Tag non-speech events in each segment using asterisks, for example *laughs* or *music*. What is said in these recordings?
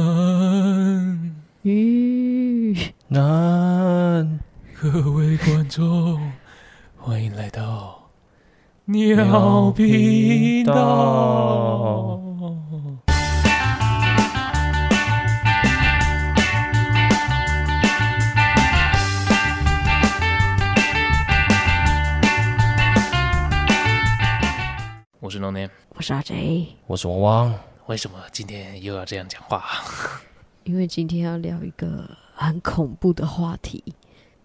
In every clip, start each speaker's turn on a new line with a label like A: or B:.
A: 难，
B: 吁，
C: 难
A: 各位观众，欢迎来到鸟频道。我是龙年，
B: 我是阿 J。
C: 我是王汪，
A: 为什么今天又要这样讲话？
B: 因为今天要聊一个很恐怖的话题，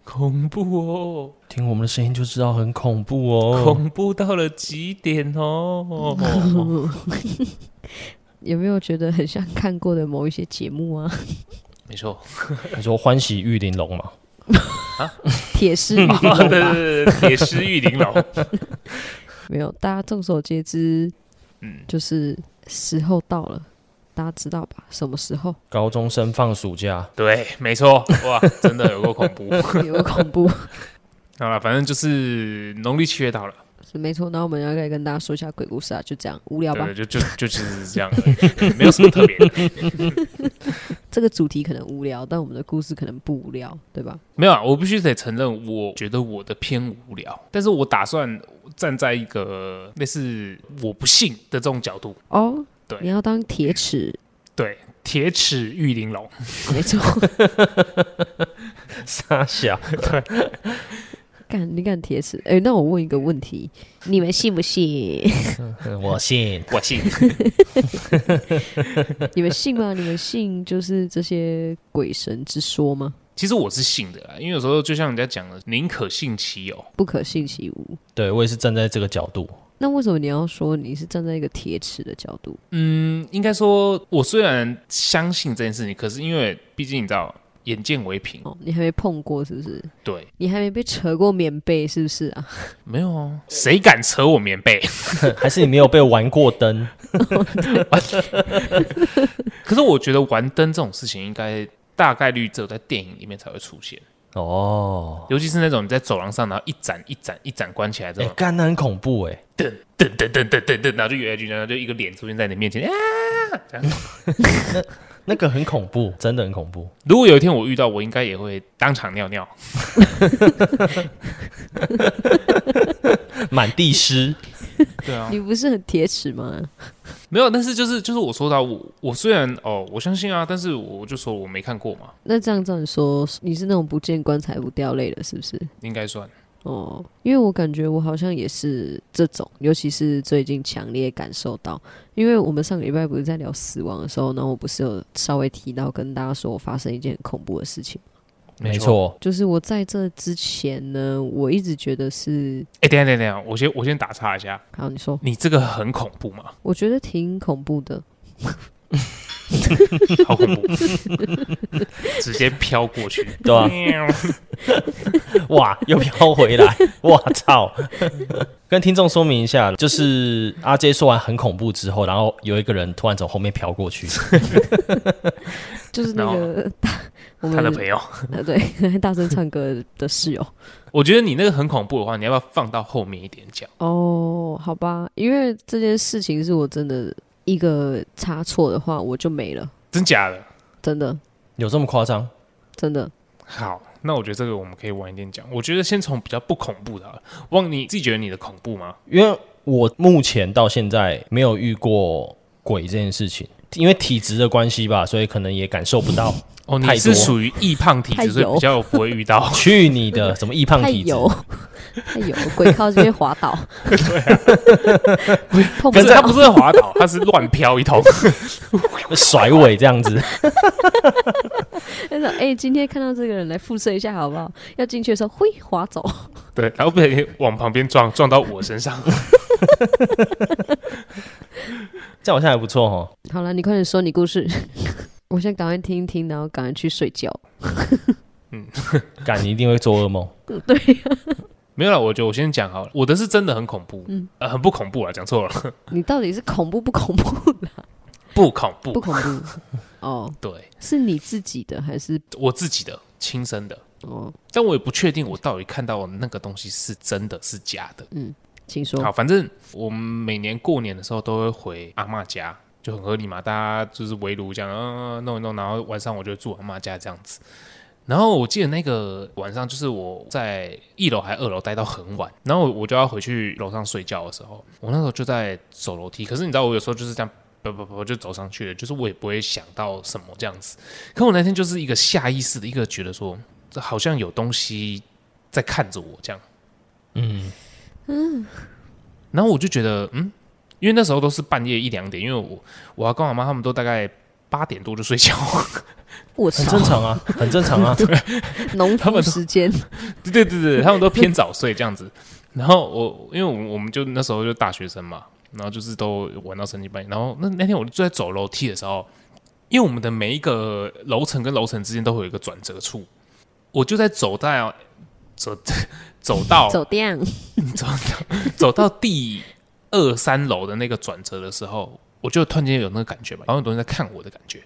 A: 恐怖
C: 听我们的声音就知道很恐怖哦。
A: 哦，恐怖到了极点 *laughs* 哦！
B: *laughs* 有没有觉得很像看过的某一些节目 *laughs* 啊？
A: 没错，
C: 你说欢喜玉玲珑嘛？
B: 铁丝玉
A: 对对对，铁狮玉玲珑，
B: 没有，大家众所皆知，
A: 嗯，
B: 就是时候到了，大家知道吧？什么时候
C: 高中生放暑假，
A: 对，没错，哇，真的有够恐怖。
B: 有个恐 *laughs* 怖？
A: 好了，反正就是农历七月到了，
B: 是没错，那我们要来跟大家说一下鬼故事啊，就这样无聊吧
A: 对，。就就就只是这样而已，没有什么特别的。
B: 这个主题可能无聊，但我们的故事可能不无聊，对吧？
A: 没有啊，我必须得承认，我觉得我的偏无聊，但是我打算站在一个类似我不信的这种角度，
B: 哦，
A: 对
B: 你要当铁齿，
A: 对，铁齿玉玲珑，
B: 没错。
C: *laughs* 傻小，
B: 敢你敢铁齿？哎、那我问一个问题，你们信不信？
C: *laughs*
B: *laughs*
C: 我信。
A: 我信。
B: 你们信吗？你们信就是这些鬼神之说吗？
A: 其实我是信的啦，因为有时候就像人家讲的，宁可信其有。
B: 不可信其无。
C: 对我也是站在这个角度， *laughs*
B: 那为什么你要说你是站在一个铁齿的角度？
A: 嗯，应该说，我虽然相信这件事情，可是因为毕竟你知道，眼见为凭，
B: 哦，你还没碰过是不是？
A: 对，
B: 你还没被扯过棉被是不是啊？
A: 没有啊，谁敢扯我棉被？
C: 还是你没有被玩过灯？
A: 可是我觉得玩灯这种事情，应该大概率只有在电影里面才会出现，
C: 哦，
A: 尤其是那种你在走廊上，然后一盏一盏一盏关起来之
C: 哎、
A: 后，
C: 干那很恐怖哎、
A: 噔噔噔噔噔噔噔，然后就越来越，然后就一个脸出现在你面前，啊！
C: 那个很恐怖，真的很恐怖。
A: 如果有一天我遇到，我应该也会当场尿
C: 哦
A: 尿。
C: 满地湿，
A: 对啊，
B: 你不是很铁齿吗？
A: 没有，但是就是就是我说到我我虽然哦我相信啊，但是我就说我没看过嘛，
B: 那这样照你说，你是那种不见棺材不掉泪的，是不是？
A: 应该算。
B: 哦，因为我感觉我好像也是这种，尤其是最近强烈感受到，因为我们上个礼拜不是在聊死亡的时候，然后我不是有稍微提到跟大家说我发生一件很恐怖的事情，
C: 没，错，
B: 就是我在这之前
A: *laughs*
B: 呢，我一直觉得是，
A: 哎、等一下等一下等一下，我先我先打岔一下，
B: 好，你说，
A: 你这个很恐怖吗？ *laughs*
B: 我觉得挺恐怖的，
A: 好恐怖，直接飘过去。
C: *laughs* 对啊吧、
A: 喵
C: 哇，又飘
B: *laughs*
C: 回来，哇操！跟听众说明一下，就是阿 J 说完很恐怖之后，然后有一个人突然从后面飘过去，
B: 就是那个
A: *laughs*
B: 我
A: 他
B: 们
A: 的朋友，
B: 呃对 *laughs* 大声唱歌的室友。
A: 我觉得你那个很恐怖的话，你要不要放到后面一点讲？
B: 哦，好吧，因为这件事情是我真的一个差错的话，我就没了，
A: 真假的？
B: 真的
C: 有这么夸张？
B: 真的。
A: 好，那我觉得这个我们可以晚一点讲。我觉得先从比较不恐怖的好了，忘你自己觉得你的恐怖吗？
C: 因为我目前到现在没有遇过鬼这件事情，因为体质的关系吧，所以可能也感受不到。
A: 哦，你
C: 太
A: 是
C: 多
A: 属于易胖体
B: 太
A: 质，所以
B: 油
A: 比较不会遇
B: *laughs*
A: 到。
C: 去你的什么易胖
B: 太
C: 体质？
B: 油， *laughs* 太油，鬼靠这边滑
A: *laughs*
B: 倒， *laughs*
A: 可
B: 碰不
A: 是啊他
B: 到
A: 不是滑倒，他是乱飘一通。 *laughs*
C: 甩尾这
B: *laughs*
C: 样子，
B: 那种。哎，今天看到这个人来附射一下好不好？要进去的时候，会滑走。
A: 对，然后被往旁边撞，撞到我身上。
C: 这样好像还不错哦。
B: 好了，你快点说你故事， *laughs* 我先赶快听一听，然后赶快去睡
A: *laughs*
B: 觉。
C: 干，你一定会做噩
B: *laughs*
C: 梦。
B: 对，
A: 啊没有了，我觉得我先讲好了，我的是真的很恐怖，嗯，呃，很不恐怖啊，讲错了， *laughs*
B: 你到底是恐怖不恐怖？ *laughs*
A: 不恐怖，
B: 不恐怖。哦，
A: 对
B: 是你自己的还是
A: 我自己的亲身的，
B: 哦？
A: 但我也不确定我到底看到那个东西是真的是假的。
B: 请说。
A: 好，反正我们每年过年的时候都会回阿嬷家。就很合理嘛，大家就是围炉这样，嗯、弄一弄，然后晚上我就住我妈家这样子。然后我记得那个晚上，就是我在一楼还二楼待到很晚，然后我就要回去楼上睡觉的时候，我那时候就在走楼梯。可是你知道，我有时候就是这样，不不不就走上去了，就是我也不会想到什么这样子。可我那天就是一个下意识的一个觉得说，这好像有东西在看着我这样，
C: 嗯，
A: 然后我就觉得，嗯，因为那时候都是半夜一两点，因为我我阿公阿妈他们都大概八点多就睡觉。 *laughs*
B: 我
C: 很
B: 操
C: 正，常啊，很正常
B: *laughs*
C: 啊。
B: 农
A: 他
B: 夫
A: 们都
B: 时间，
A: 对 *laughs* 对对对，他们都偏早睡这样子。 *laughs* 然后我因为我我们就那时候就大学生嘛，然后就是都玩到三更半夜。然后那那天我就在走楼梯的时候，因为我们的每一个楼层跟楼层之间都会有一个转折处，我就在走在走 *laughs* 走到
B: 走掉，
A: 走到走到第二三楼的那个转折的时候，我就突然间有那个感觉吧，然后有东西在看我的感觉，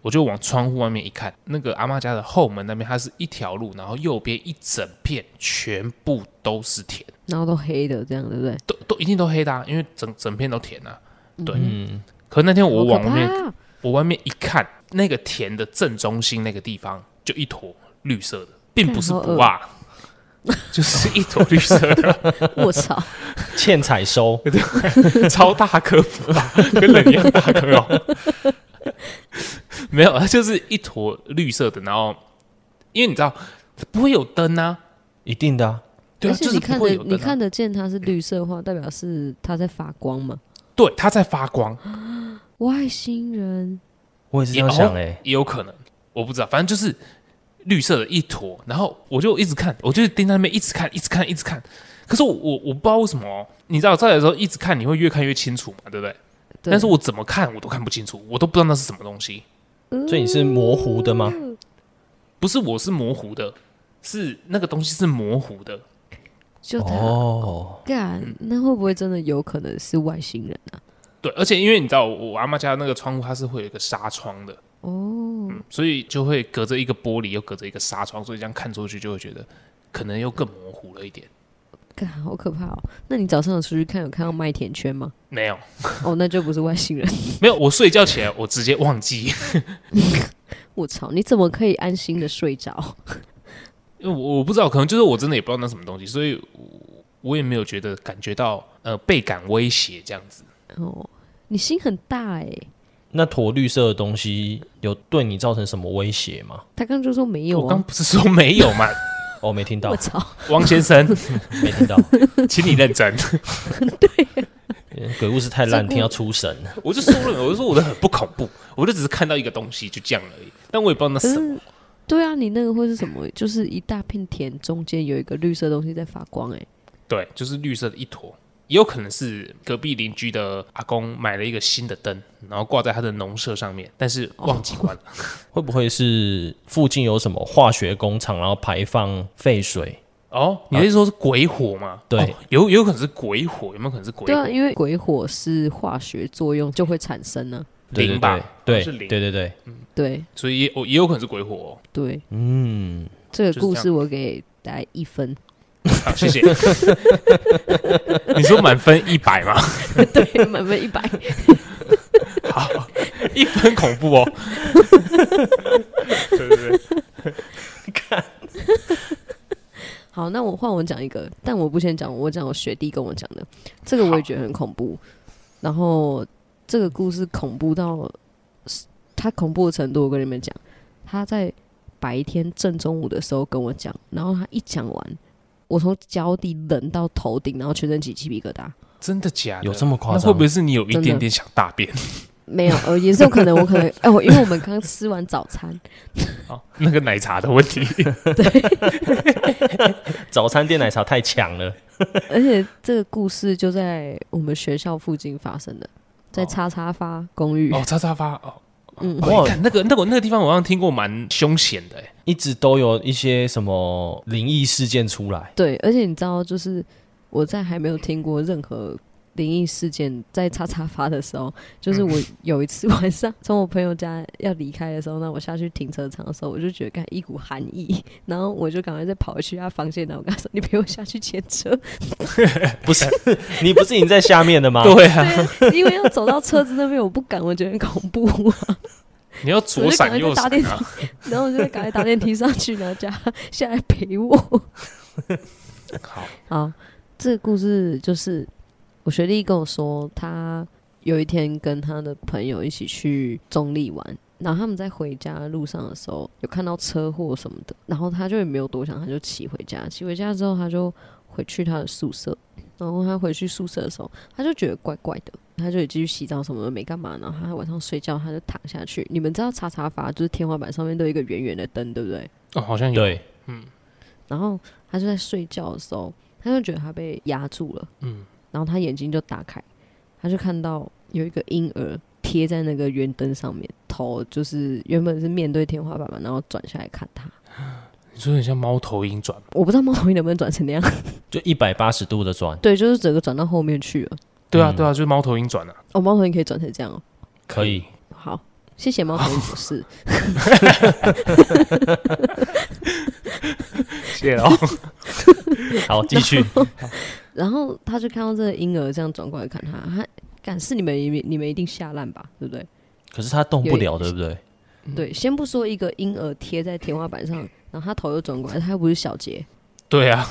A: 我就往窗户外面一看，那个阿妈家的后门那边，它是一条路，然后右边一整片全部都是田，
B: 然后都黑的这样，对不对？
A: 都都一定都黑的、啊，因为整整片都田啊。对，可那天我
B: 好
A: 往
B: 可
A: 外面
B: 怕啊
A: 我外面一看，那个田的正中心那个地方就一坨绿色的，并不是
B: 看好恶
A: 不啊， *laughs* 就是一坨绿色的。
B: 我操，
C: 欠
B: *laughs*
C: 采收，
A: *laughs* 超大颗不大，跟人一样大颗哦。 *laughs* 没有，它就是一坨绿色的，然后因为你知道不会有灯啊，
C: 一定的、啊。
A: 对啊，
B: 而且
A: 就是
B: 你看
A: 不
B: 得
A: 会有灯、
B: 你
A: 啊
B: 看。得见它是绿色的话，代表是它在发光嘛？
A: 对，它在发光，
B: 外星人，
C: 我也是这样想哎、
A: 也有可能，我不知道，反正就是绿色的一坨，然后我就一直看，我就盯在那边一直看，一直看，一直看。可是我我我不知道为什么哦、你知道在的时候一直看，你会越看越清楚嘛，对不对？
B: 对
A: 但是我怎么看我都看不清楚，我都不知道那是什么东西。
B: 哦
C: 所以你是模糊的吗？
A: 不是我是模糊的，是那个东西是模糊的。
B: 就它
C: 哦，
B: 干，
A: 嗯
B: 那会不会真的有可能是外星人啊？
A: 对，而且因为你知道我我阿妈家那个窗户它是会有一个纱窗的，嗯
B: 哦，
A: 所以就会隔着一个玻璃又隔着一个纱窗，所以这样看出去就会觉得可能又更模糊了一点。
B: 干，好可怕哦！那你早上有出去看，有看到麦田圈吗？
A: 没有，
B: 哦，那就不是外星人。 *laughs*
A: 没有，我睡觉起来我直接忘记， *laughs*
B: 我操，你怎么可以安心的睡着？
A: 因为我我不知道，可能就是我真的也不知道那什么东西，所以我我也没有觉得感觉到呃倍感威胁这样子。
B: 哦，你心很大哎、
C: 那坨绿色的东西有对你造成什么威胁吗？
B: 他刚就说没有
A: 我刚
B: 啊。
A: 不是说没有
B: *laughs*
A: 吗？
C: 哦，没听到
B: 我，操，
A: 汪先生，
C: *laughs* 没听到，
A: 请你认真。
C: 鬼故事太
B: 这
C: 烂，
B: 故
C: 听到出神。
A: 我就说了，我 *laughs* 就说我的很不恐怖，我就只是看到一个东西就这样而已，但我也不知道那
B: 可
A: 什么。
B: 是对啊，你那个会是什么？就是一大片田中间有一个绿色东西在发光哎、
A: 对，就是绿色的一坨，也有可能是隔壁邻居的阿公买了一个新的灯，然后挂在他的农舍上面，但是忘记关了。
C: 会不会是附近有什么化学工厂，然后排放废水？
A: 哦，你的意思说是鬼火吗？
C: 对
A: 哦有有可能是鬼火，有没有可能是鬼
B: 对啊，
A: 火？
B: 因为鬼火是化学作用就会产生呢、
C: 对对
A: 零吧
C: 对，对
A: 哦是零
C: 对对对，
B: 对
A: 所以也哦 *laughs* 也有可能是鬼火
B: 对，
C: 嗯，
B: 这
A: 就是
B: 个故
A: 这样
B: 事我给大家
A: *laughs*
B: 一分。
A: 哦。好，谢谢。 *laughs* 你说满分一百吗？
B: 对，满分一百。
A: 一分恐怖哦。对对对，
B: 好，那我换我讲一个，但我不先讲，我讲我学弟跟我讲的，这个我
A: 好
B: 也觉得很恐怖。然后这个故事恐怖到，他恐怖的程度，我跟你们讲，他在白天正中午的时候跟我讲，然后他一讲完，我从脚底冷到头顶，然后全身起鸡皮疙瘩。
A: 真的假的？
C: 有这么夸
A: 那
C: 张
A: 会不？会是你有一
B: 真的
A: 点点想大便？
B: 没有，呃，也是有可能，我可能，哎、我因为我们刚吃完早
A: *laughs*
B: 餐，
A: 哦，那个奶茶的问题。
C: 早餐店奶茶太强了，
B: 而且这个故事就在我们学校附近发生的，在
A: 哦
B: 叉叉发公寓， *laughs*
A: 哦，叉叉发哦。
B: 嗯
A: 哦，哇，那个那个那个地方，我好像听过蛮凶险的，哎，
C: 一直都有一些什么灵异事件出来。
B: 对，而且你知道，就是我在还没有听过任何灵异事件在叉叉发的时候，就是
A: 嗯
B: 我有一次 *laughs* 晚上从我朋友家要离开的时候，那我下去停车场的时候，我就觉得感一股寒意，然后我就赶快再跑回去他房间，然后我跟他说：“你陪我下去牵车。”
C: 不是 *laughs* 你不是已经在下面的吗？
A: 对啊，
B: 对，因为要走到车子那边，我不敢，我觉得很恐怖、
A: *laughs* 你要左闪右闪
B: 我就赶快去搭电
A: 啊！
B: 然后我就赶快打电梯上去，然后叫他下来陪我。
A: 好，
B: 好，这个故事就是我学弟跟我说，他有一天跟他的朋友一起去中立玩，然后他们在回家的路上的时候有看到车祸什么的，然后他就也没有多想，他就骑回家。骑回家之后，他就回去他的宿舍，然后他回去宿舍的时候，他就觉得怪怪的。他就也继续洗澡什么的没干嘛，然后他晚上睡觉他就躺下去。你们知道叉叉阀就是天花板上面都有一个圆圆的灯，对不对？
A: 哦，好像有，
C: *laughs* 对，
B: 然后他就在睡觉的时候，他就觉得他被压住了，
A: 嗯，
B: 然后他眼睛就打开，他就看到有一个婴儿贴在那个圆灯上面，头就是原本是面对天花板嘛，然后转下来看他。
A: 你说很像猫头鹰转，
B: 我不知道猫头鹰能不能转成那样，
C: 就一百八十度的
B: *laughs*
C: 转，
B: 对，就是整个转到后面去了。
A: 对啊，
C: 嗯
A: 对啊，就是猫头鹰转啊，
B: 哦，猫头鹰可以转成这样哦。
C: 可以。
B: 好，谢谢猫头 *laughs* 鹰博士。
A: 谢了。哦
C: 好，继续。
B: 然后他就看到这个婴儿这样转过来看他，他敢是你们一定你们一定吓烂吧，对不对？
C: 可是他动不了，对不对？
B: 对，先不说一个婴儿贴在天花板上，然后他头又转过来，他又不是小杰，
A: *laughs* 对啊，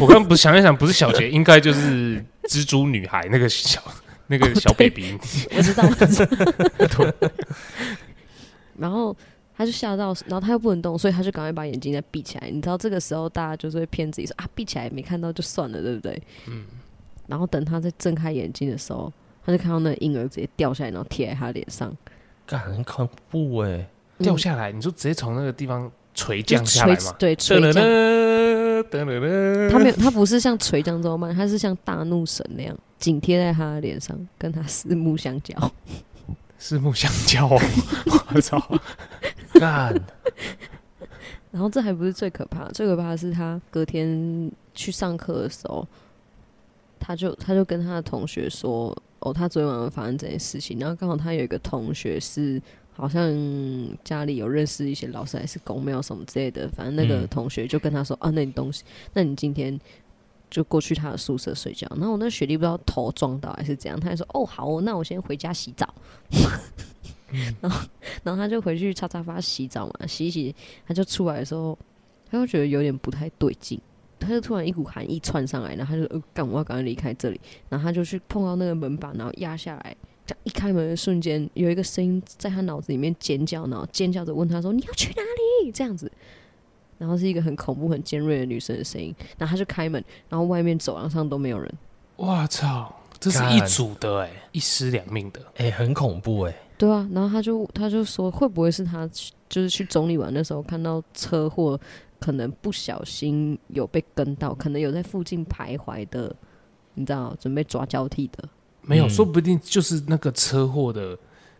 A: 我刚不是想一想，不是小杰，应该就是蜘蛛女孩那个小那个小
B: 哦对
A: baby，
B: 我知道， *laughs* 我知道。然后他就吓到，然后他又不能动，所以他就赶快把眼睛再闭起来。你知道这个时候大家就是会骗自己说啊，闭起来没看到就算了，对不对？嗯。然后等他再睁开眼睛的时候，他就看到那个婴儿直接掉下来，然后贴在他脸上，
C: 干很恐怖哎，
A: 掉下来，你就直接从那个地方垂
B: 就
A: 降下来
B: 垂
A: 嘛。
B: 对，
A: 噔
B: 垂
A: 噔
B: 降。
A: 噔噔噔噔，
B: 他没有，他不是像垂降周曼，他是像大怒神那样紧贴在他的脸上，跟他四目相交。
A: 是木香蕉哦， *laughs* 我操！
C: 干
B: 然后这还不是最可怕，最可怕的是他隔天去上课的时候，他就他就跟他的同学说，哦，他昨天晚上发生这件事情。然后刚好他有一个同学是好像家里有认识一些老师还是公庙什么之类的，反正那个
C: 嗯
B: 同学就跟他说，啊，那你东西，那你今天。就过去他的宿舍睡觉，然后我那学弟不知道头撞到还是怎样，他还说：“哦，好哦那我先回家洗澡。然后，然后他就回去擦擦发洗澡嘛，洗一洗，他就出来的时候，他就觉得有点不太对劲，他就突然一股寒意窜上来，然后他就呃，干，我要赶快离开这里。然后他就去碰到那个门把，然后压下来。这样一开门的瞬间，有一个声音在他脑子里面尖叫，然后尖叫着问他说：“你要去哪里？”这样子，然后是一个很恐怖、很尖锐的女生的声音。然后他就开门，然后外面走廊上都没有人。
A: 哇操！这是
C: 干
A: 一组的哎、一尸两命的，
C: 哎，很恐怖哎，
B: 对啊，然后他就他就说，会不会是他去就是去中立玩的时候看到车祸，可能不小心有被跟到，可能有在附近徘徊的，你知道，准备抓交替的。
A: 没有，
C: 嗯
A: 说不定就是那个车祸的，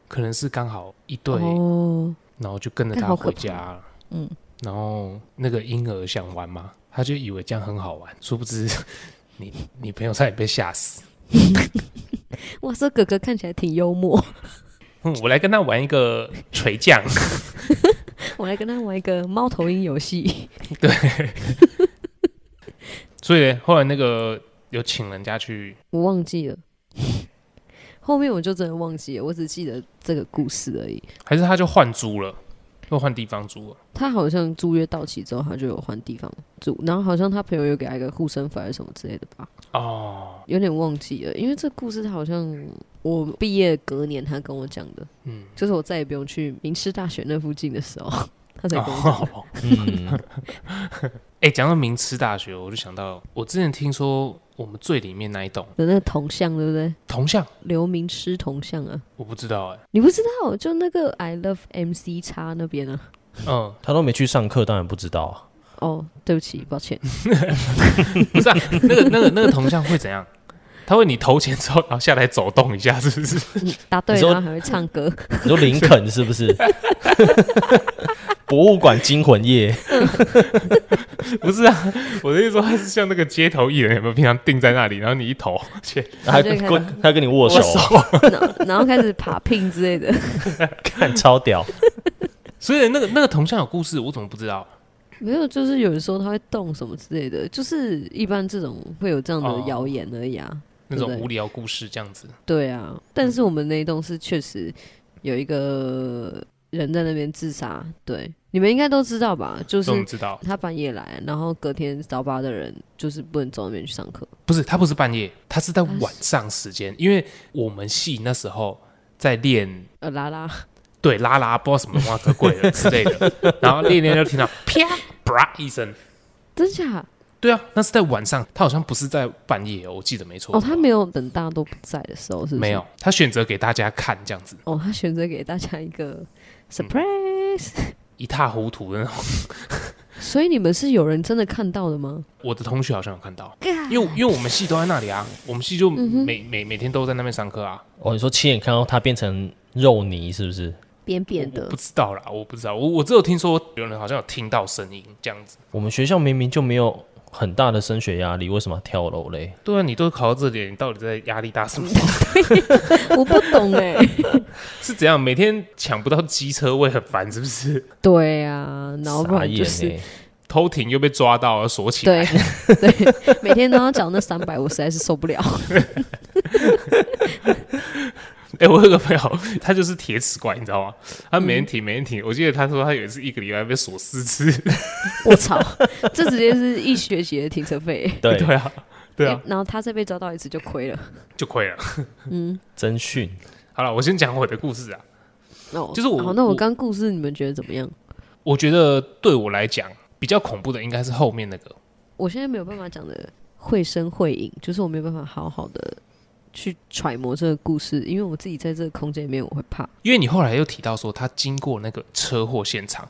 A: 可能是刚好一对，
B: 哦，
A: 然后就跟着
B: 哎
A: 他
B: 好可
A: 回
B: 怕
A: 家，
B: 嗯，
A: 然后那个婴儿想玩嘛，他就以为这样很好玩，殊不知 *laughs* 你你朋友差点被吓死。
B: 哇，这哥哥看起来挺幽默， *laughs*
A: 嗯，我来跟他玩一个垂降， *laughs*
B: 我来跟他玩一个猫头鹰游戏。
A: 所以后来那个有请人家去，
B: 我忘记了，后面我就真的忘记了，我只记得这个故事而已。
A: 还是他就换租了，又换地方租了。
B: 他好像租约到期之后，他就有换地方住，然后好像他朋友有给他一个护身符还是什么之类的吧。
A: 哦，
B: 有点忘记了，因为这故事他好像我毕业隔年他跟我讲的，
A: 嗯，
B: 就是我再也不用去明师大学那附近的时候， *laughs* 他才跟
A: *laughs*
B: 我讲。
A: 哦，
C: 嗯，
A: 哎、讲到明师大学，我就想到我之前听说我们最里面那一栋
B: 的那个铜像，对不对？
A: 铜像，
B: 刘明师铜像啊，
A: 我不知道哎、
B: 你不知道？就那个 I love MC 叉那边啊。
A: 嗯，
C: 他都没去上课，当然不知道啊。
B: 哦，对不起，抱歉。
A: 不是啊，那个那个那个铜像会怎样？他会你投钱之后，然后下来走动一下，是不是？
B: 嗯答对
C: 你
B: 了，
C: 说
B: 然后还会唱歌。
C: 你说林肯是不是？博物馆惊魂夜，
A: *laughs* 不是啊， *laughs* 我的意思说，他是像那个街头艺人，有没有平常定在那里，然后你一投，切
C: 还
B: 就看到
C: 跟还跟你握手， *laughs*
B: 然后然后开始爬聘之类的， *laughs*
C: 看超屌。
A: 所以那个那个铜像有故事，我怎么不知道？
B: 没有，就是有人说他会动什么之类的，就是一般这种会有这样的
A: 哦
B: 谣言而已啊。
A: 那种
B: 对不对
A: 无聊故事这样子，
B: 对啊，但
A: 嗯
B: 是我们那一栋是确实有一个人在那边自杀，对，你们应该都知道吧？就
A: 这我们
B: 是
A: 知道。
B: 他半夜来，然后隔天早八的人就是不能走那边去上课。
A: 不是，他不是半夜，他是在晚上时间，因为我们系那时候在练。
B: 呃，拉拉，
A: 对拉拉不知道什么挖可贵了之类的，然后练一练就听到啪啪一声，
B: 真假？
A: 对啊，那是在晚上，他好像不是在半夜哦，我记得没错。
B: 哦，他没有等大家都不在的时候，是不是
A: 没有。，他选择给大家看这样子，
B: 哦，他选择给大家一
A: 嗯
B: 个 surprise，、
A: 一塌糊涂的那种。
B: 所以你们是有人真的看到的吗？
A: 我的同学好像有看到，因为因为我们系都在那里啊，我们系
B: 嗯
A: 就每、每每天都在那边上课啊。
C: 哦，你说亲眼看到它变成肉泥，是不是？
B: 扁扁
A: 我
B: 的
A: 不，知道啦，我不知道，我我只有听说有人好像有听到声音这样子。
C: 我们学校明明就没有很大的升学压力，为什么要跳楼嘞？
A: 对啊，你都考到这里，你到底在压力大什
B: *laughs*
A: 么？
B: 我不懂
A: *laughs*
B: 哎、
A: 是怎样？每天抢不到机车位很烦，是不是？ *laughs*
B: 对啊，然后不
C: 傻
B: 然就
C: 眼欸
B: 是
C: 嘞！
A: 偷停又被抓到，要锁欸起来。
B: 对对，每天都要缴那三百，我实在是受不了。
A: 哎、我有个朋友， *laughs* 他就是铁齿怪，你知道吗？他每
B: 嗯
A: 天停，每天停。我记得他说他有一次一个礼拜被锁四次。
B: *laughs* 我操，这直接是一学期的停车费。
C: 对，
A: 对啊， *laughs* 对啊，
B: 然后他再被抓到一次就亏了。嗯
A: 就亏了。
C: 真训
A: 好了，我先讲我的故事啊。
B: 哦，
A: 就是我
B: 好，那我
A: 我
B: 刚故事你们觉得怎么样？
A: 我觉得对我来讲比较恐怖的应该是后面那个。
B: 我现在没有办法讲的绘声绘影，就是我没有办法好好的去揣摩这个故事，因为我自己在这个空间里面我会怕。
A: 因为你后来又提到说他经过那个车祸现场，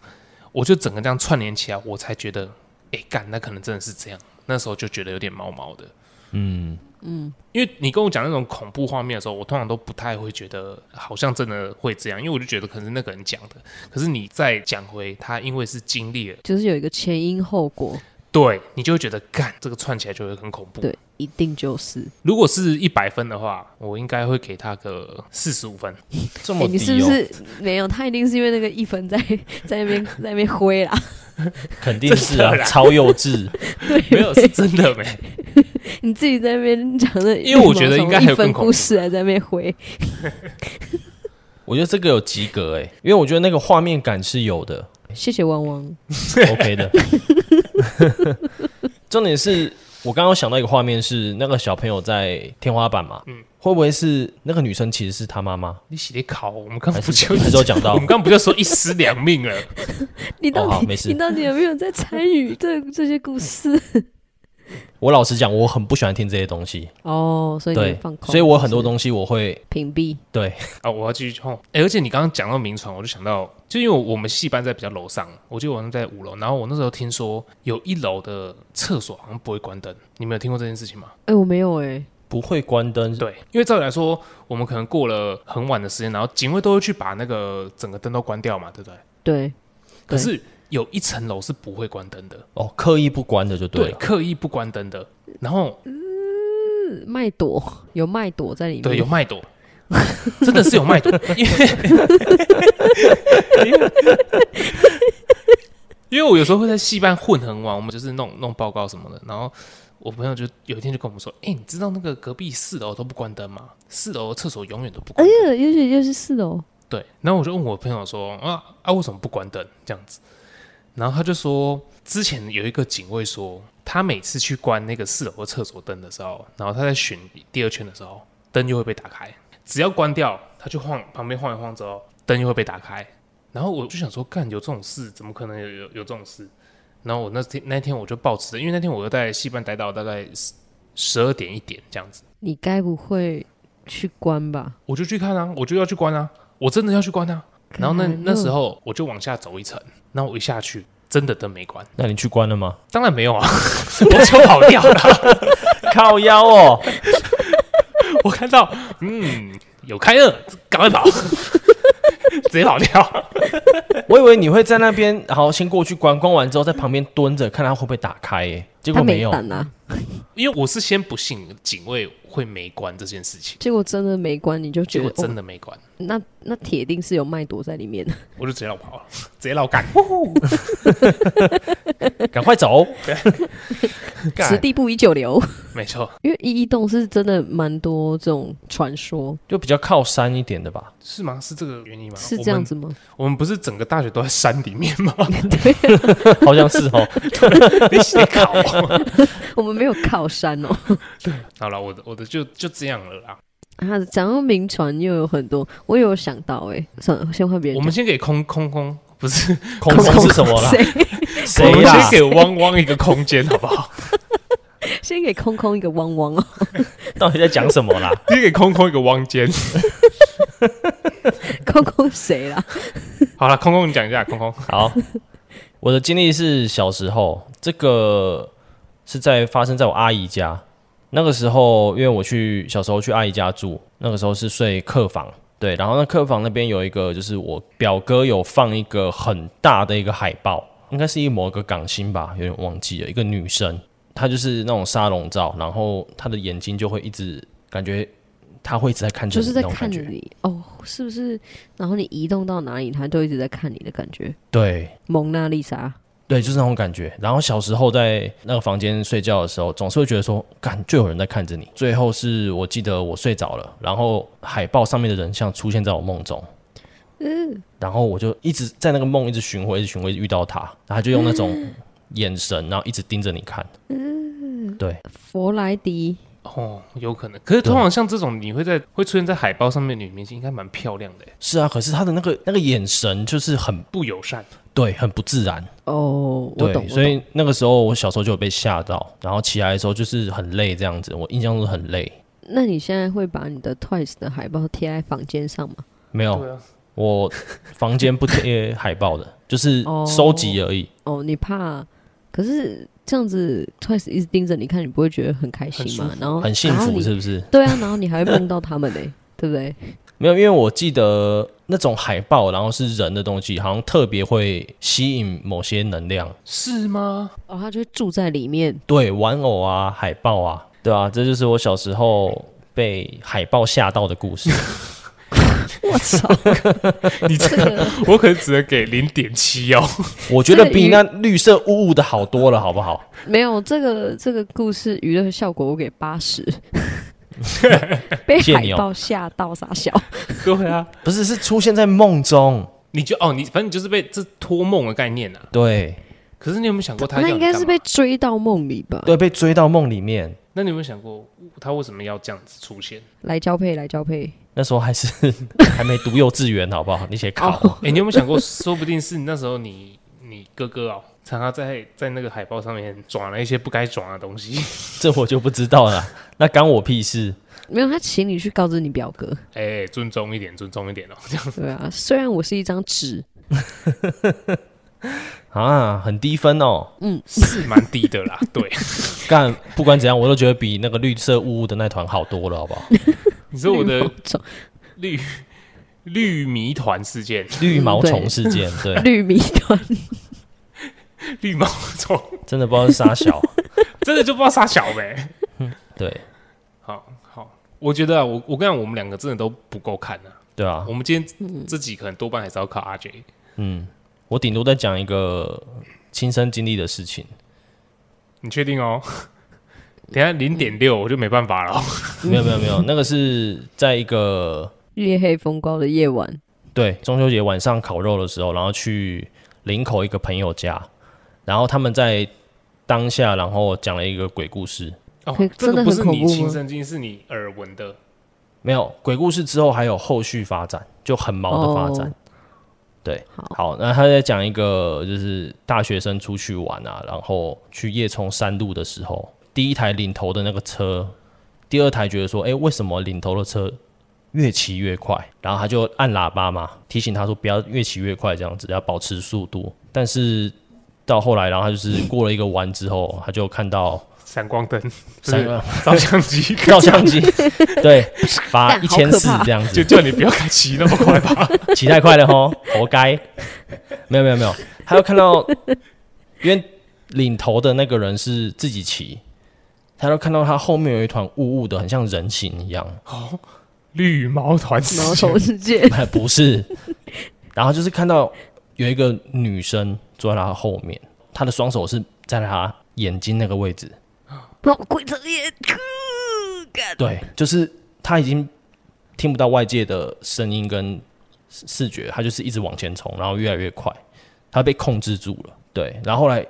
A: 我就整个这样串联起来，我才觉得，哎、干，那可能真的是这样。那时候就觉得有点毛毛的，嗯嗯，因为你跟我讲那种恐怖画面的时候，我通常都不太会觉得好像真的会这样，因为我就觉得可能是那个人讲的。可是你再讲回他，因为是经历了，
B: 就是有一个前因后果，
A: 对你就会觉得，干，这个串起来就会很恐怖。
B: 对，一定就是。
A: 如果是一百分的话，我应该会给他个四十五分。
C: 这
B: 哎、
C: 么
B: 你是
C: 低
B: 不
C: 哦，
B: 是没有？他一定是因为那个一分在在那边在那边挥啦。 *laughs*
C: 肯定是
A: 真
C: 啊
A: 的，啦
C: 超幼稚。
A: 没有是真的没，
B: 你自己在那边讲的，
A: 因为我觉得应该还有更
B: 一分
A: 恐怖
B: 故事还在那边回，
C: 我觉得这个有及格哎、因为我觉得那个画面感是
A: *laughs*
C: 有的
B: 谢谢汪汪。
C: ，OK 的。 *laughs* 重点是我刚刚想到一个画面是那个小朋友在天花板嘛，
A: 嗯
C: 会不会是那个女生其实是他
A: *laughs*
C: 妈妈？
A: 你写的考，我们刚
C: 还
A: 不
C: 是
A: 就
C: *laughs*
A: *laughs*
C: 还是有讲到
A: 我们刚不就说一尸两命了？
B: 你到
C: 哦好
B: 底、
C: 没事
B: 你到底有没有在参与这这些故事？
C: 我老实讲，我很不喜欢听这些东西，
B: *laughs* 哦，所以你
C: 对
B: 会放，空，
C: 所以我很多东西我会
B: 西屏蔽。
C: 对
A: 啊，我要继续冲。哎、而且你刚刚讲到名床，我就想到，就因为我们戏班在比较楼上，我记得我好像在五楼，然后我那时候听说有一楼的厕所好像不会关灯，你们有听过这件事情吗？
B: 哎、我没有哎、
C: 不会关灯，
A: 对，因为照理来说，我们可能过了很晚的时间，然后警卫都会去把那个整个灯都关掉嘛，对不对？
B: 对，
A: 可是有一层楼是不会关灯的，
C: 哦，刻意不关的就对啊了。
A: 刻意不关灯的。然后
B: 是麦朵有麦朵在里面，
A: 对，有麦朵，真的是有麦朵，因为因为 *laughs* 因为我有时候会在戏班混很晚，我们就是弄弄报告什么的，然后。我朋友就有一天就跟我们说：“哎、你知道那个隔壁四楼都不关灯吗？四楼的厕所永远都不关
B: 哎
A: 灯。
B: 呀，也许就是哦四楼，
A: 对，然后我就问我朋友说：“啊啊，为什么不关灯？”这样子，然后他就说，之前有一个警卫说，他每次去关那个四楼的厕所灯的时候，然后他在巡第二圈的时候，灯就会被打开，只要关掉，他就晃旁边晃一晃之后，灯就会被打开。然后我就想说，干有这种事，怎么可能有有有这种事？然后我那天那天我就抱持着，因为那天我又在戏班待到大概十二点一点这样子，
B: 你该不会去关吧？
A: 我就去看啊，我就要去关啊，我真的要去关啊。然后那
B: 看
A: 那时候我就往下走一层，然后我一下去，真的灯没关，
C: 那你去关了吗？ *laughs*
A: 当然没有啊， *laughs* 我就跑掉了。 *laughs*
C: 靠腰哦，
A: 我看到， *laughs* 嗯，有开二，赶快跑，直接跑掉。
C: 我以为你会在那边，好先过去观光完之后，在旁边蹲着看他会不会打开、欸，结果
B: 他
C: 没
B: 没
C: 有。
B: 胆啊，
A: 因为我是先不信警卫会没关这件事情，
B: 结果真的没关，你就
A: 结
B: 觉
A: 果
B: 得
A: 真
B: 哦、
A: 的没关，
B: 那那铁定是有麦朵在里面。
A: 我就直接绕跑了，直接绕
B: *laughs*
A: 干，
C: 赶快走！
B: 此
A: 干，
B: 地不宜久留， *laughs*
A: 没错，
B: 因为一一洞是真的蛮多这种传说，
C: 就比较靠山一点的吧。
A: 是吗？是这个原因吗？
B: 是这样子吗？ *laughs*
A: 我们，我们不是整个大学都在山里面吗？ *laughs*
C: 好像是哦，
A: 你写考 *laughs* 我。
B: 我们没有靠山哦。
A: 好了，我的我的就就这样了啦。
B: 啊，讲到名传又有很多，我有想到哎、算了，先换别人
A: 我
B: 讲。
A: 们先给空空空，不是
C: 空
B: 空
C: 中是什么啦？
B: 谁 *laughs*
A: 我
C: 谁
A: 们
C: 啦
A: 先？给汪汪一个空间好不好？ *laughs*
B: 先给空空一个汪汪 *laughs* 哦，
C: 到底在讲什么啦？
A: 先给空空一个汪间。
B: 空空谁啦？
A: 好了，空空你讲一下，空空
C: 好，我的经历是小时候，这个是在发生在我阿姨家。那个时候，因为我去小时候去阿姨家住，那个时候是睡客房，对，然后那客房那边有一个，就是我表哥有放一个很大的一个海报，应该是一某个港星吧，有点忘记了，一个女生，她就是那种沙龙照，然后她的眼睛就会一直感觉她会一直在看着
B: 就
C: 你
B: 是
C: 那
B: 在
C: 种
B: 看
C: 感觉，
B: 你哦，是不是？然后你移动到哪里，他都一直在看你的感觉。
C: 对，
B: 蒙娜丽莎，
C: 对，就是那种感觉。然后小时候在那个房间睡觉的时候，总是会觉得说，感就有人在看着你。最后是我记得我睡着了，然后海报上面的人像出现在我梦中，
B: 嗯
C: 然后我就一直在那个梦一直巡回，一直巡回遇到他，然后他就用那种
B: 嗯
C: 眼神，然后一直盯着你看。
B: 嗯
C: 对，
B: 佛莱迪，
A: 哦，有可能。可是通常像这种，你会在哦会出现在海报上面的女明星，应该蛮漂亮的欸，
C: 是啊，可是他的那个那个眼神就是很
A: 不友善。
C: 对，很不自然。
B: 哦，我懂，
C: 对，
B: 我
C: 所
B: 懂
C: 以那个时候我小时候就有被吓到，然后起来的时候就是很累这样子，我印象中很累。
B: 那你现在会把你的 Twice 的海报贴在房间上吗？
C: 没有，
A: 对啊，
C: 我房间不贴海报的， *laughs* 就是收集而已。
B: 哦，你怕？可是这样子 Twice 一直盯着你看，你不会觉得很开心吗
A: 很舒？服
B: 然后
C: 很幸
B: 然后
C: 福
B: 你
C: 是不是？
B: 对啊，然后你还会梦到他们呢、对不对？
C: 没有，因为我记得那种海报，然后是人的东西，好像特别会吸引某些能量。
A: 是吗？
B: 哦，他就会住在里面，
C: 对，玩偶啊，海报啊，对啊，这就是我小时候被海报吓到的 *laughs* 故事。
B: 我操，
A: 你这
B: 这个
A: 我可能只能给零点七哦。
C: 我觉得比那绿色雾雾的好多了，好不好？
B: 没有这个这个故事娱乐效果，我给八
C: *laughs*
B: 十。被
C: 谢谢
B: 海
C: 你哦
B: 报吓到傻笑，
A: *laughs* 对啊，
C: 不是，是出现在梦中。
A: 你就哦，你反正你就是被这托梦的概念啊。
C: *laughs* 对
A: 可是你有没有想过他要
B: 那
A: 你
B: 应该
A: 干嘛
B: 是被追到梦里吧？
C: 对，被追到梦里面。
A: 那你有没有想过他为什么要这样子出现？
B: 来交配，来交配，
C: 那时候还是 *laughs* 还没读幼稚园，好不好？那些考。
A: 哎、你有没有想过，说不定是那时候你你哥哥哦，常常在在那个海报上面转了一些不该转的东西。 *laughs*
C: 这我就不知道了，那干我屁事？
B: 没有他请你去告知你表哥，
A: *laughs* 哎、尊重一点，尊重一点哦，这样
B: 对啊，虽然我是一张纸，
C: 啊，很低分哦。
A: 是蛮低的啦。对， *laughs*
C: 干，不管怎样，我都觉得比那个绿色雾雾的那团好多了，好不好？
A: 你说我的
B: 绿毛虫
A: 绿绿谜团事件，
C: 绿毛虫事件，对，
B: 绿谜团，
A: 绿毛虫
C: 真的不知道是啥小。
A: 真的就不知道杀小呗。
C: 对，
A: 好好，我觉得啊，我我跟你讲，我们两个真的都不够看啊。
C: 对啊
A: 我，们今
B: 嗯
A: 天这集可能多半还是要靠阿 J。
C: 嗯，我顶多再讲一个亲身经历的事情，
A: 你确定哦？等一下零点六我就没办法了哦。
C: 没有没有没有，那个是在一个
B: 夜黑风高的夜晚，
C: 对中秋节晚上烤肉的时候，然后去林口一个朋友家，然后他们在当下，然后讲了一个鬼故事。
A: 哦
B: 可，
A: 这
B: *laughs* 真
A: 个
B: 的
A: 不
B: 很
A: 是
B: 恐
A: 你
B: 怖
A: 亲
B: 吗
A: 身经历，是你耳闻的。
C: 没有鬼故事之后还有后续发展，就很毛的发展。
B: 哦
C: 对，
B: 好
C: 那他在讲一个就是大学生出去玩啊，然后去夜冲山路的时候，第一台领头的那个车，第二台觉得说，哎、为什么领头的车越骑越快？然后他就按喇叭嘛，提醒他说不要越骑越快，这样子要保持速度。但是到后来，然后他就是过了一个弯之后，他就看到
A: 闪光灯， *laughs*
C: 闪
A: 就是照相机，
C: 照相机，对，罚
B: 干
C: 一
B: 好
C: 千
B: 可
C: 四
B: 怕
C: 这样子
A: *laughs* 就，叫你不要开骑那么快 *laughs* 吧。
C: 骑太快了吼， *laughs* 活该。没有没有没有，还有看到，因为领头的那个人是自己骑，他就看到他后面有一团雾雾的，很像人形一样， *laughs*
A: 绿毛团死
B: 毛
A: 前
B: *laughs* 头世界，
C: 不是。然后就是看到有一个女生坐在他后面，她的双手是在他眼睛那个位置，
B: 让我跪着也哭，干
C: 对，就是他已经听不到外界的声音跟视视觉，他就是一直往前冲，然后越来越快，他被控制住了。对，然后后来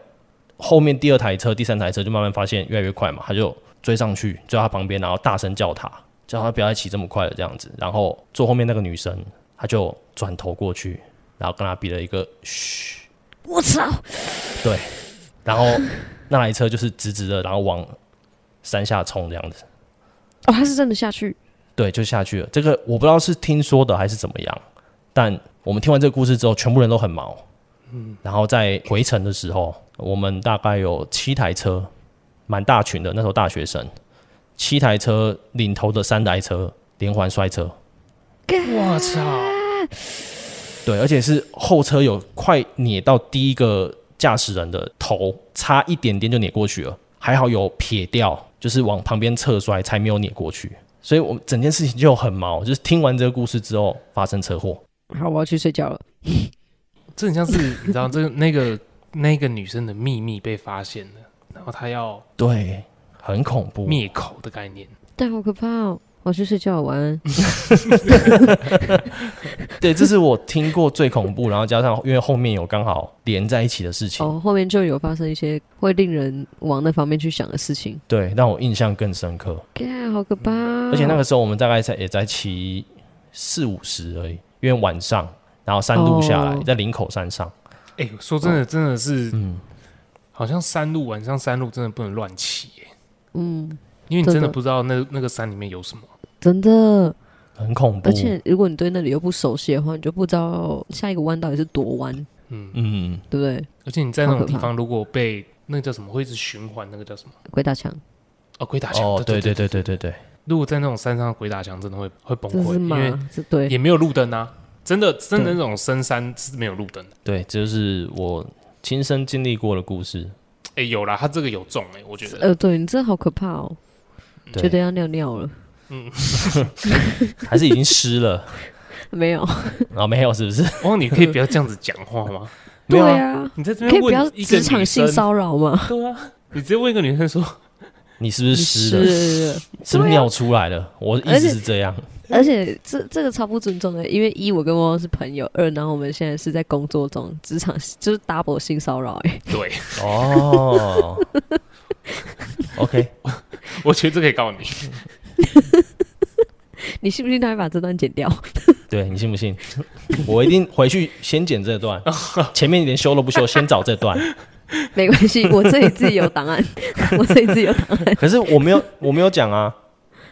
C: 后面第二台车、第三台车就慢慢发现越来越快嘛，他就追上去，追到他旁边，然后大声叫他，叫他不要再骑这么快了这样子。然后坐后面那个女生，她就转头过去，然后跟他比了一个嘘，
B: 我操！哦
C: 对，然后那台车就是直直的，然后往山下冲这样子。
B: 哦，他是真的下去，
C: 对，就下去了。这个我不知道是听说的还是怎么样，但我们听完这个故事之后，全部人都很毛。嗯，然后在回程的时候，我们大概有七台车，蛮大群的，那时候大学生，七台车领头的三台车连环摔车，
A: 我操！
C: 对，而且是后车有快碾到第一个驾驶人的头，差一点点就碾过去了，还好有撇掉，就是往旁边侧摔，才没有碾过去。所以我们整件事情就很毛，就是听完这个故事之后发生车祸，
B: 好，我要去睡觉了。
A: 这很像是你知道，这那个那个女生的秘密被发现了，然后她要
C: 对，很恐怖。
A: 灭口的概念。
B: 但好可怕哦！我要去睡觉了，晚安。
C: 对，这是我听过最恐怖，然后加上因为后面有刚好连在一起的事情，
B: 哦，后面就有发生一些会令人往那方面去想的事情，
C: 对，让我印象更深刻。
B: 干，好可怕哦！
C: 而且那个时候我们大概在也在骑四五十而已，因为晚上，然后山路下来，
B: 哦
C: 在林口山上，
A: 哎、说真的，真的是，
C: 嗯
A: 好像山路晚上山路真的不能乱骑、耶
B: 嗯，
A: 因为你真
B: 真
A: 的
B: 的
A: 不知道那那个山里面有什么。
B: 真的，
C: 很恐怖。
A: 哦
B: 而且如果你对那里又不熟悉的话，你就不知道下一个弯到底是多弯，
A: 嗯，
C: 嗯，
B: 对不对？
A: 而且你在那
B: 好
A: 种
B: 可
A: 地
B: 怕
A: 方，如果被那个叫什么，会一直循环，那个叫什么？
B: 鬼打墙，
A: 哦，鬼打墙。
C: 哦，对
A: 对
C: 对对对对对，
A: 如果在那种山上的鬼打墙，真的会会崩
B: 这
A: 溃，
B: 是
A: 哦因为
B: 吗？这对，
A: 也没有路灯啊。真的，真的
B: 对
A: 那种深山是没有路灯的。
C: 对，这就是我亲身经历过的故事。
A: 哎、有啦，他这个有中哎、我觉得。
B: 呃，对你这好可怕哦，觉得
C: 对，
B: 要尿尿了，
C: 还是已经湿了， *laughs*
A: *laughs*
B: 没有？
C: 然后没有，是不是？
A: 哦，你可以不要这样子讲话
B: *laughs*
A: 吗？
B: 对
C: 没有啊
B: 啊，
A: 你在这
B: 可以
A: 边
B: 不要
A: 问一个
B: 职
A: 女
B: 场性
A: 生，
B: 骚扰吗？
A: 对啊，你直接问一个女生说， *laughs*
C: 你是不是湿了？
B: 是， *laughs*
C: 是不是尿出来了？我的意思是这 *laughs* 样。
B: 而且这这个超不尊重的，因为一我跟汪汪是朋友，二然后我们现在是在工作中，职场就是 double 性骚扰、欸，
A: 对，
C: 哦，OK，
A: 我觉得这可以告你。
B: 你信不信他会把这段剪掉？ *laughs*
C: 对你信不信？我一定回去先剪这 *laughs* 段，前面连修都不修，先找
B: *laughs*
C: 这段。
B: 没关系，我这里自己有档案， *laughs* 我这里自己有档案，
C: 可是我没有，我没有讲啊。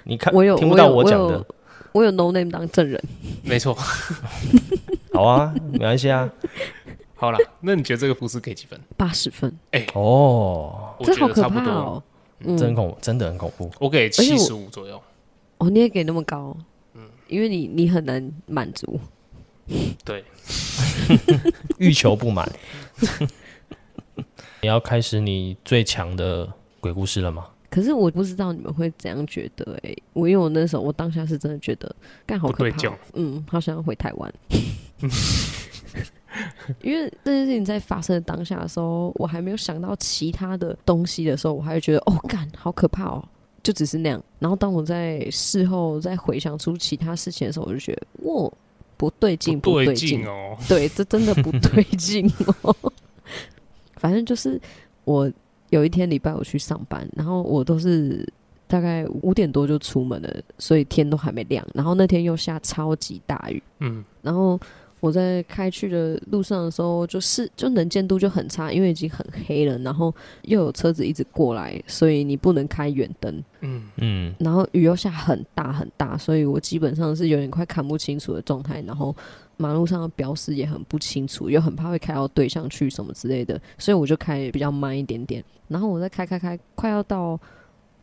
C: 你看，
B: 我有
C: 听不到
B: 我有
C: 讲
B: 我
C: 的
B: 有，我有 no name 当证人，
A: 没错，
C: 好啊，没关系啊。
A: 好啦，那你觉得这个故事给几分？
B: 八十分，
C: 哦，
A: 我
B: 这
A: 觉
B: 好
A: 得
B: 可
A: 差不
B: 怕
A: 多，
B: 哦。嗯，
C: 真恐，真的很恐怖。
A: 我给
B: 且
A: 七
B: 我
A: 十五左右。
B: 哦，你也给那么高，
A: 嗯
B: 因为你你很难满足，
A: 对，
C: 欲求不满。 *laughs* 你要开始你最强的鬼故事了吗？
B: 可是我不知道你们会怎样觉得哎、我因为我那时候我当下是真的觉得干好
A: 不
B: 可
A: 对
B: 怕
A: 劲
B: 哦，嗯，好想要回台
A: *laughs*
B: 湾。因为这件事情在发生的当下的时候，我还没有想到其他的东西的时候，我还会觉得哦，干好可怕哦，就只是那样。然后当我在事后再回想出其他事情的时候，我就觉得哇，不对劲，
A: 不
B: 对
A: 对
B: 劲
A: 劲，哦。
B: 对，这真的不对劲哦。反正就是我有一天礼拜我去上班，然后我都是大概五点多就出门了，所以天都还没亮。然后那天又下超级大雨，
A: 嗯，
B: 然后我在开去的路上的时候，就是就能见度就很差，因为已经很黑了，然后又有车子一直过来，所以你不能开远灯。
A: 嗯，
C: 嗯，
B: 然后雨又下很大很大，所以我基本上是有点快看不清楚的状态，然后马路上的标识也很不清楚，又很怕会开到对向去什么之类的，所以我就开比较慢一点点。然后我再开开开，快要到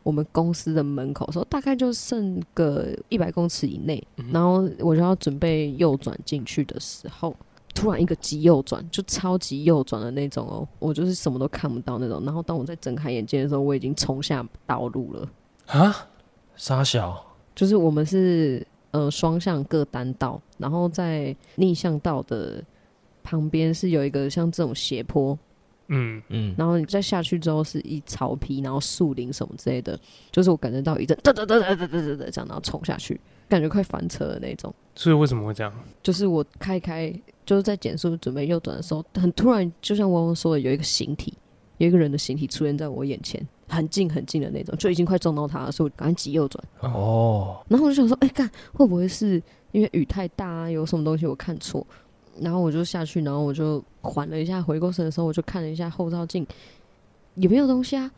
B: 我们公司的门口的时候，大概就剩个一百公尺以内，然后我就要准备右转进去的时候。突然一个急右转，就超级右转的那种哦，我就是什么都看不到那种。然后当我在睁开眼睛的时候，我已经冲下道路了。
A: 啊，
C: 沙小，
B: 就是我们是呃双向各单道，然后在逆向道的旁边是有一个像这种斜坡，
A: 嗯，
C: 嗯，
B: 然后你再下去之后是一草皮，然后树林什么之类的，就是我感觉到一阵哒哒哒哒哒哒哒哒这样，然后冲下去，感觉快翻车的那种。
A: 所以为什么会这样？
B: 就是我开一开，就是在减速准备右转的时候，很突然，就像汪汪说的，有一个形体，有一个人的形体出现在我眼前，很近很近的那种，就已经快撞到他了，所以我赶紧急右转。
C: 哦，
B: 然后我就想说，哎、干会不会是因为雨太大啊，有什么东西我看错？然后我就下去，然后我就缓了一下，回过神的时候，我就看了一下后照镜，也没有东西啊。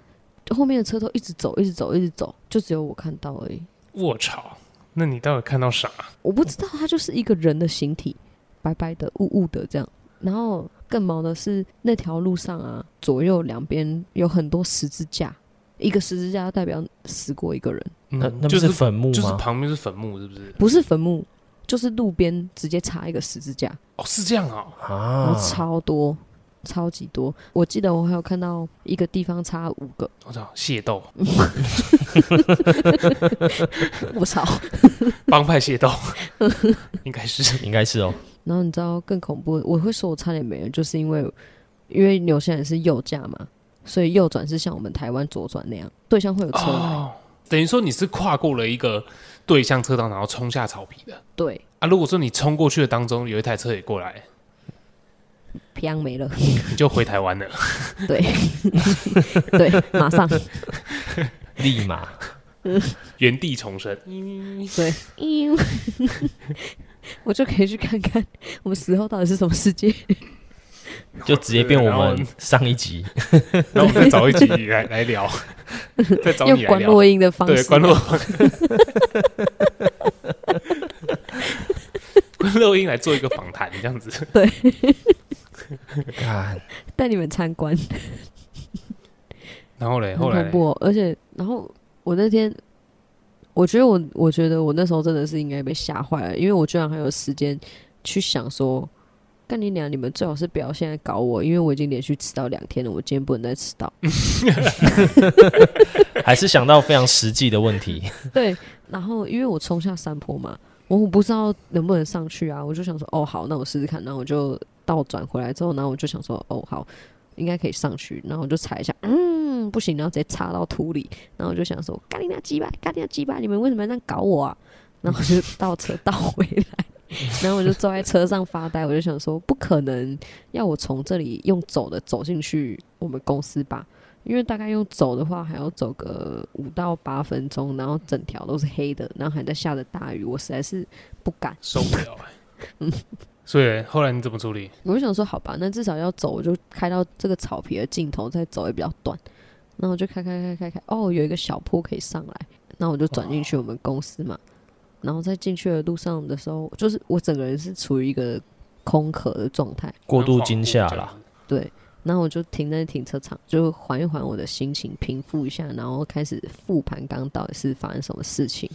B: 就后面的车都一直走，一直走，一直走，就只有我看到而已。
A: 我操！那你到底看到啥？
B: 我不知道它就是一个人的形体，白白的、雾雾的这样。然后更毛的是那条路上啊，左右两边有很多十字架，一个十字架代表死过一个人，
C: 那
A: 嗯
C: 那不
A: 就是
C: 坟墓
A: 就是
C: 吗？
A: 旁边是坟墓，是不是？
B: 不是坟墓，就是路边直接插一个十字架。
A: 哦，是这样哦。
B: 然
C: 啊
B: 后，超多，超级多。我记得我还有看到一个地方差
A: *laughs*
B: 五个，
A: 我操，械斗，
B: 我操！ *laughs*
A: 帮派械斗，应该是
C: 应该是哦，
B: 然后你知道更恐怖的，我会说我差点没人，就是因为因为纽西兰是右驾嘛，所以右转是像我们台湾左转那样，对向会有车来。
A: 哦。等于说你是跨过了一个对向车道，然后冲下草皮的
B: 对，
A: 啊。如果说你冲过去的当中有一台车也过来，
B: 飘没了。 *laughs*
A: 你就回台湾了。 *laughs*
B: 对， *laughs* 对，马上
C: 立马
A: 原地重生，
B: 对，因为 *laughs* 我就可以去看看我们死后到底是什么世界。
C: 就直接变我们
A: 然
C: 上一集，
A: 然后我们再找一集来来
B: *laughs*
A: 聊，再找
B: 用
A: 你来
B: 关
A: 聊。
B: 落音的方式，啊
A: 对，关洛， *laughs* 关洛英来做一个访谈，这样子。
C: 看
B: 带你们参观。
A: 然后嘞，
B: 很
A: 后来
B: 恐
A: 嘞
B: 怖、哦，而且然后我那天，我觉得我我觉得我那时候真的是应该被吓坏了，因为我居然还有时间去想说，干你娘，你们最好是不要现在搞我，因为我已经连续迟到两天了，我今天不能再迟到。 *laughs*
C: 还是想到非常实际的问题， *laughs*
B: 对，然后因为我冲下山坡嘛，我我不知道能不能上去啊，我就想说，哦好，那我试试看，然后我就倒转回来之后，然后我就想说，哦好，应该可以上去，然后我就踩一下，嗯不行，然后直接插到土里，然后我就想说，干你那鸡巴，干你那鸡巴，你们为什么要这样搞我啊？然后我就倒车倒回来。 *laughs* 然后我就坐在车上发呆，我就想说，不可能要我从这里用走的走进去我们公司吧？因为大概用走的话，还要走个五到八分钟，然后整条都是黑的，然后还在下着大雨，我实在是不敢。
A: 受不
B: *laughs*
A: 了哎。所以嘞后来你怎么处理？
B: 我就想说，好吧，那至少要走，我就开到这个草皮的尽头再走也比较短。然后我就开开开开开，哦，有一个小坡可以上来，那我就转进去我们公司嘛。然后在进去的路上的时候，就是我整个人是处于一个空壳的状态。
C: 过度惊吓
A: 很
C: 啦
A: 恍惚。
B: 对，然后我就停在停车场，就缓一缓我的心情，平复一下，然后开始复盘刚到底是发生什么事情，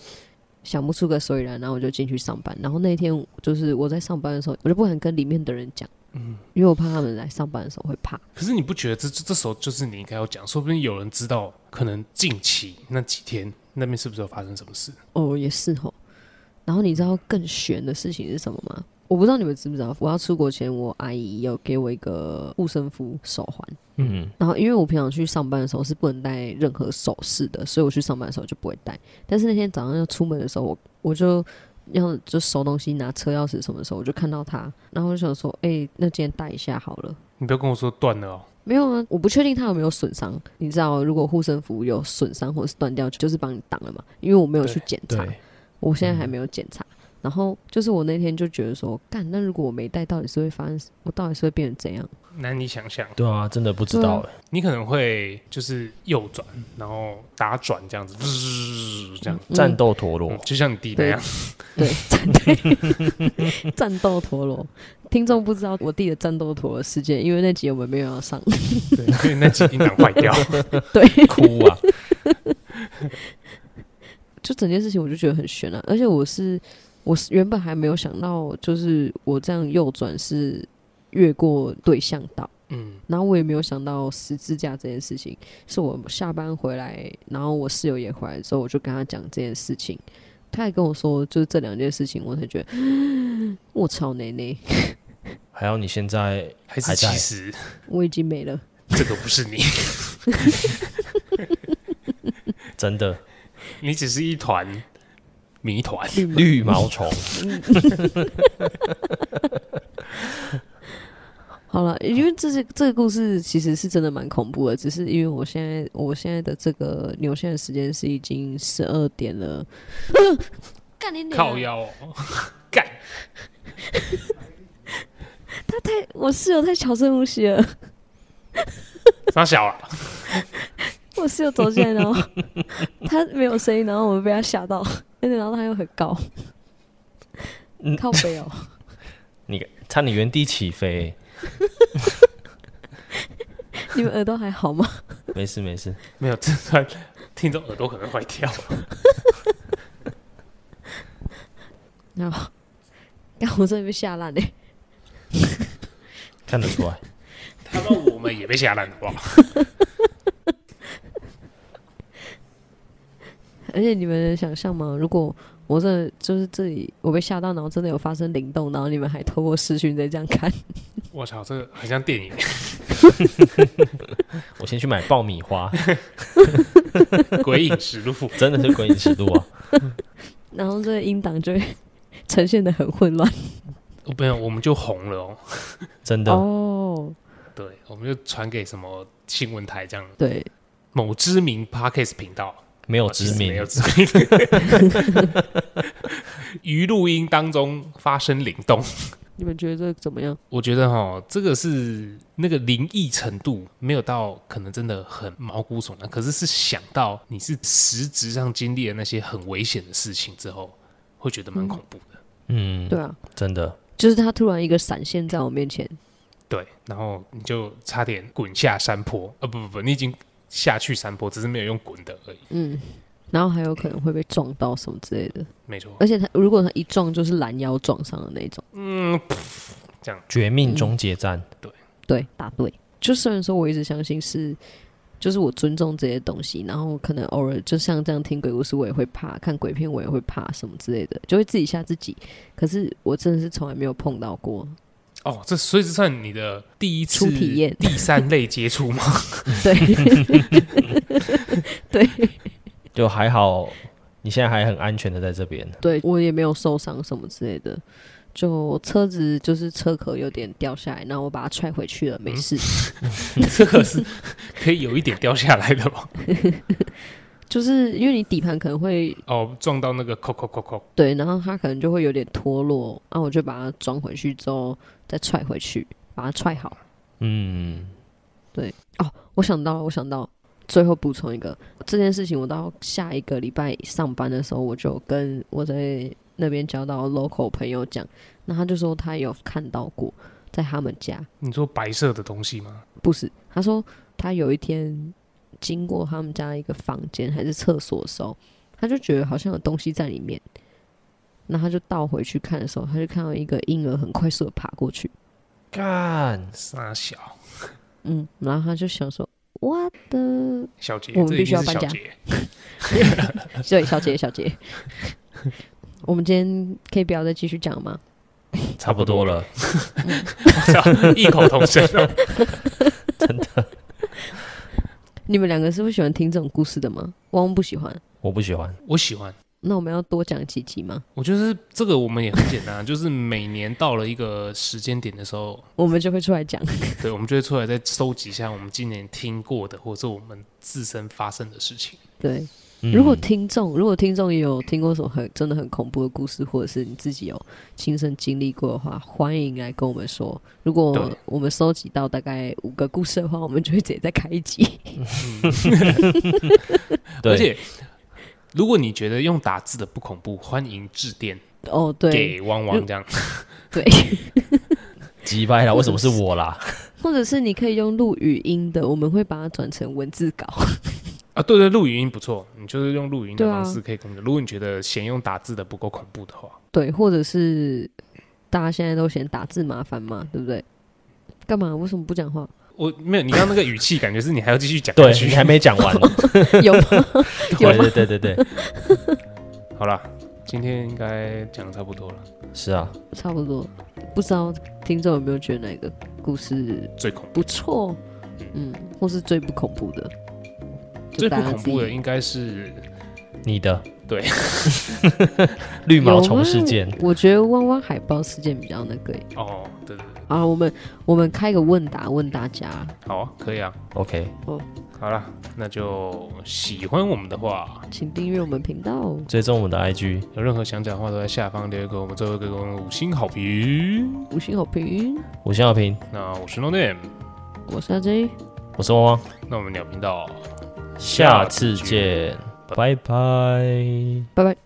B: 想不出个所以然，然后我就进去上班。然后那天就是我在上班的时候，我就不敢跟里面的人讲，嗯，因为我怕他们来上班的时候会怕。
A: 可是你不觉得这这这时候就是你应该要讲，说不定有人知道，可能近期那几天那边是不是有发生什么事？
B: 哦，也是吼。然后你知道更悬的事情是什么吗？我不知道你们知不知道，我要出国前，我阿姨有给我一个护身符手环。
C: 嗯，
B: 然后因为我平常去上班的时候是不能戴任何首饰的，所以我去上班的时候就不会戴。但是那天早上要出门的时候，我我就要就收东西、拿车钥匙什么的时候，我就看到它，然后我就想说，哎、那今天戴一下好了。
A: 你不要跟我说断了哦。
B: 没有啊，我不确定它有没有损伤。你知道，如果护身符有损伤或者是断掉，就是帮你挡了嘛。因为我没有去检查，
C: 对，
A: 嗯
B: 我现在还没有检查。然然后就是我那天就觉得说，干，那如果我没带，到底是会发生，我到底是会变成怎样？
A: 难以想象，
C: 对啊，真的不知道哎、
A: 你可能会就是右转，然后打转这样子，滋这样，
C: 战斗陀螺
A: 嗯，就像你弟那样。
B: 对，战队战斗陀螺，听众不知道我弟的战斗陀螺事件，因为那集我们没有要上。 *laughs*
A: 对，所以那集音档坏 *laughs* 掉。
B: 对，
C: 哭啊！
B: 就整件事情我就觉得很悬啊，而且我是我是原本还没有想到，就是我这样右转是越过对向道。
A: 嗯，
B: 然后我也没有想到十字架这件事情，是我下班回来，然后我室友也回来之后，我就跟他讲这件事情，他还跟我说，就是这两件事情，我才觉得，我操奶奶，
C: *laughs* 还有你现在
A: 还是
C: 还
A: 其
C: 在
A: 实
B: 我已经没了。
A: 这个不是 *laughs* 你，
C: 真的
A: 你只是一团谜团。
C: 绿毛虫，
B: 好了，因为这是这个故事其实是真的蛮恐怖的，只是因为我现在我现在的这个纽现的时间是已经十二点了， *laughs* 干你娘
A: 靠！腰、哦， *laughs* 干！
B: 我室友太悄声无息了，
A: 傻小啊，
B: *laughs* 我室友走进来，然后他没有声音，然后我们被他吓到，而且然后他又很高，靠背哦，
C: 你 *laughs* 差点原地起飞、欸
B: 你们耳朵还好吗？
C: 没事没事，
A: 没有这段听众耳朵可能坏 *laughs* 掉。
B: 然后，然后我真的被吓烂欸嘞，
C: 看得出来。
A: 他妈，我们也被吓烂，好不好？
B: 而且你们能想象吗？如果我真的就是这里我被吓到，然后真的有发生灵动，然后你们还透过视讯在这样看。 *laughs*
A: 我操，这个很像电影， *laughs*
C: 我先去买爆米花， *laughs*
A: 《鬼影实录》。
C: 真的是鬼影实录啊！
B: 然后这个音档就会呈现的很混乱
A: 哦没有，我们就红了哦。
C: 真的，
B: 哦。
A: 对，我们就传给什么新闻台这样，
B: 对，
A: 某知名 podcast 频道。
C: 没有
A: 哦其
C: 知
A: 实没
C: 名
A: 有，知名。于录音当中发生灵动，
B: 你们觉得这怎么样？
A: 我觉得哈，这个是那个灵异程度没有到，可能真的很毛骨悚然。可是是想到你是实质上经历了那些很危险的事情之后，会觉得蛮恐怖的。
C: 嗯，
B: 对啊，
C: 真的，
B: 就是他突然一个闪现在我面前，
A: 对，然后你就差点滚下山坡，呃，不不不，你已经下去山坡，只是没有用滚的而已。
B: 嗯，然后还有可能会被撞到什么之类的。
A: 没错，
B: 而且他如果他一撞就是拦腰撞上的那一种，
A: 嗯，
C: 绝命终结战，
B: 对，答对。就虽然说我一直相信是，就是我尊重这些东西，然后可能偶尔就像这样听鬼故事，我也会怕；看鬼片，我也会怕什么之类的，就会自己吓自己。可是我真的是从来没有碰到过，
A: 哦，这所以这算你的第一次
B: 初体验
A: 第三类接触吗？ *laughs*
B: 对，对，嗯
C: 就还好，你现在还很安全的在这边，
B: 对我也没有受伤什么之类的。就车子就是车壳有点掉下来，然后我把它踹回去了，没事。
A: 这个是可以有一点掉下来的吗？
B: 就是因为你底盘可能会
A: 哦，撞到那个扣扣扣扣，
B: 对，然后它可能就会有点脱落，然后我就把它装回去之后再踹回去，把它踹好。
C: 嗯，
B: 我想到了，我想到，最后补充一个这件事情，我到下一个礼拜上班的时候，我就跟我在那边交到 local 朋友讲，那他就说他有看到过，在他们家
A: 你说白色的东西吗？
B: 不是，他说他有一天经过他们家一个房间还是厕所的时候，他就觉得好像有东西在里面，那他就倒回去看的时候，他就看到一个婴儿很快速的爬过去，
C: 干，
A: 傻小
B: 嗯，然后他就想说。我的
A: *laughs* 小杰，
B: 我们
A: 这
B: 必
A: 一定
B: 须要
A: 是
B: 搬
A: 小
B: 家
A: 杰。
B: 对，小姐，小姐， *laughs* 我们今天可以不要再继续讲吗？
C: 差不多了，
A: 我操，异口同声 *laughs* 哦。
B: 你们两个是不喜欢听这种故事的吗？汪汪不喜欢，
C: 我不喜欢，
A: 我喜欢，
B: 那我们要多讲几集吗？
A: 我觉得这个我们也很简单，啊就是每年到了一个时间点的时候，
B: 我们就会出来讲。
A: 对，我们就会出来再收集一下我们今年听过的，或者我们自身发生的事情。
B: 对，
C: 嗯
B: 如果听众，如果听众也有听过什么很真的很恐怖的故事，或者是你自己有亲身经历过的话，欢迎来跟我们说。如果
A: 对
B: 我们收集到大概五个故事的话，我们就会直接再开一集。
C: 对，
A: 而且，如果你觉得用打字的不恐怖，欢迎致电
B: 哦，对
A: 给汪汪这样。
B: 对，
C: 急掰啦，为什么是
B: *laughs*
C: 我啦？
B: 或者是你可以用录语音的，我们会把它转成文字稿。 *laughs*
A: 啊，对对，录语音不错，你就是用录语音的
B: 对啊
A: 方式可以跟着。如果你觉得嫌用打字的不够恐怖的话，
B: 对，或者是大家现在都嫌打字麻烦嘛，对不对？干嘛？为什么不讲话？
A: 我没有你刚刚那个语气，感觉是你还要继续讲下
C: 对
A: 去
C: 你。还没讲完，
B: 有吗？ *laughs* 有
C: 对
B: 吗？
C: 对对对对，
A: 好啦，今天应该讲的差不多了，
C: 是啊，
B: 差不多，不知道听众有没有觉得哪个故事
A: 最恐
B: 不错？嗯，或是最不恐怖的，就
A: 最不
B: 大家
A: 恐
B: 自己
A: 怖的应该是
C: 你的
A: 对
C: *laughs* 绿毛
B: 有
C: 虫
B: 吗
C: 事件，
B: 我觉得汪汪海豹事件比较那个耶。
A: 哦，对对对，
B: 啊，我们我们开个问答问大家，
A: 好啊，可以啊。
C: OK，
A: 好啦，那就喜欢我们的话，
B: 请订阅我们频道。
C: 追踪我们的 IG，
A: 有任何想讲的话都在下方留言给我们，最后给我们五星好评。
B: 五星好评。
C: 五星好评，
A: 那我是 No Name，
B: 我是阿 J，
C: 我是汪汪，
A: 那我们聊频道。
C: 下次见，拜拜。
B: 拜拜。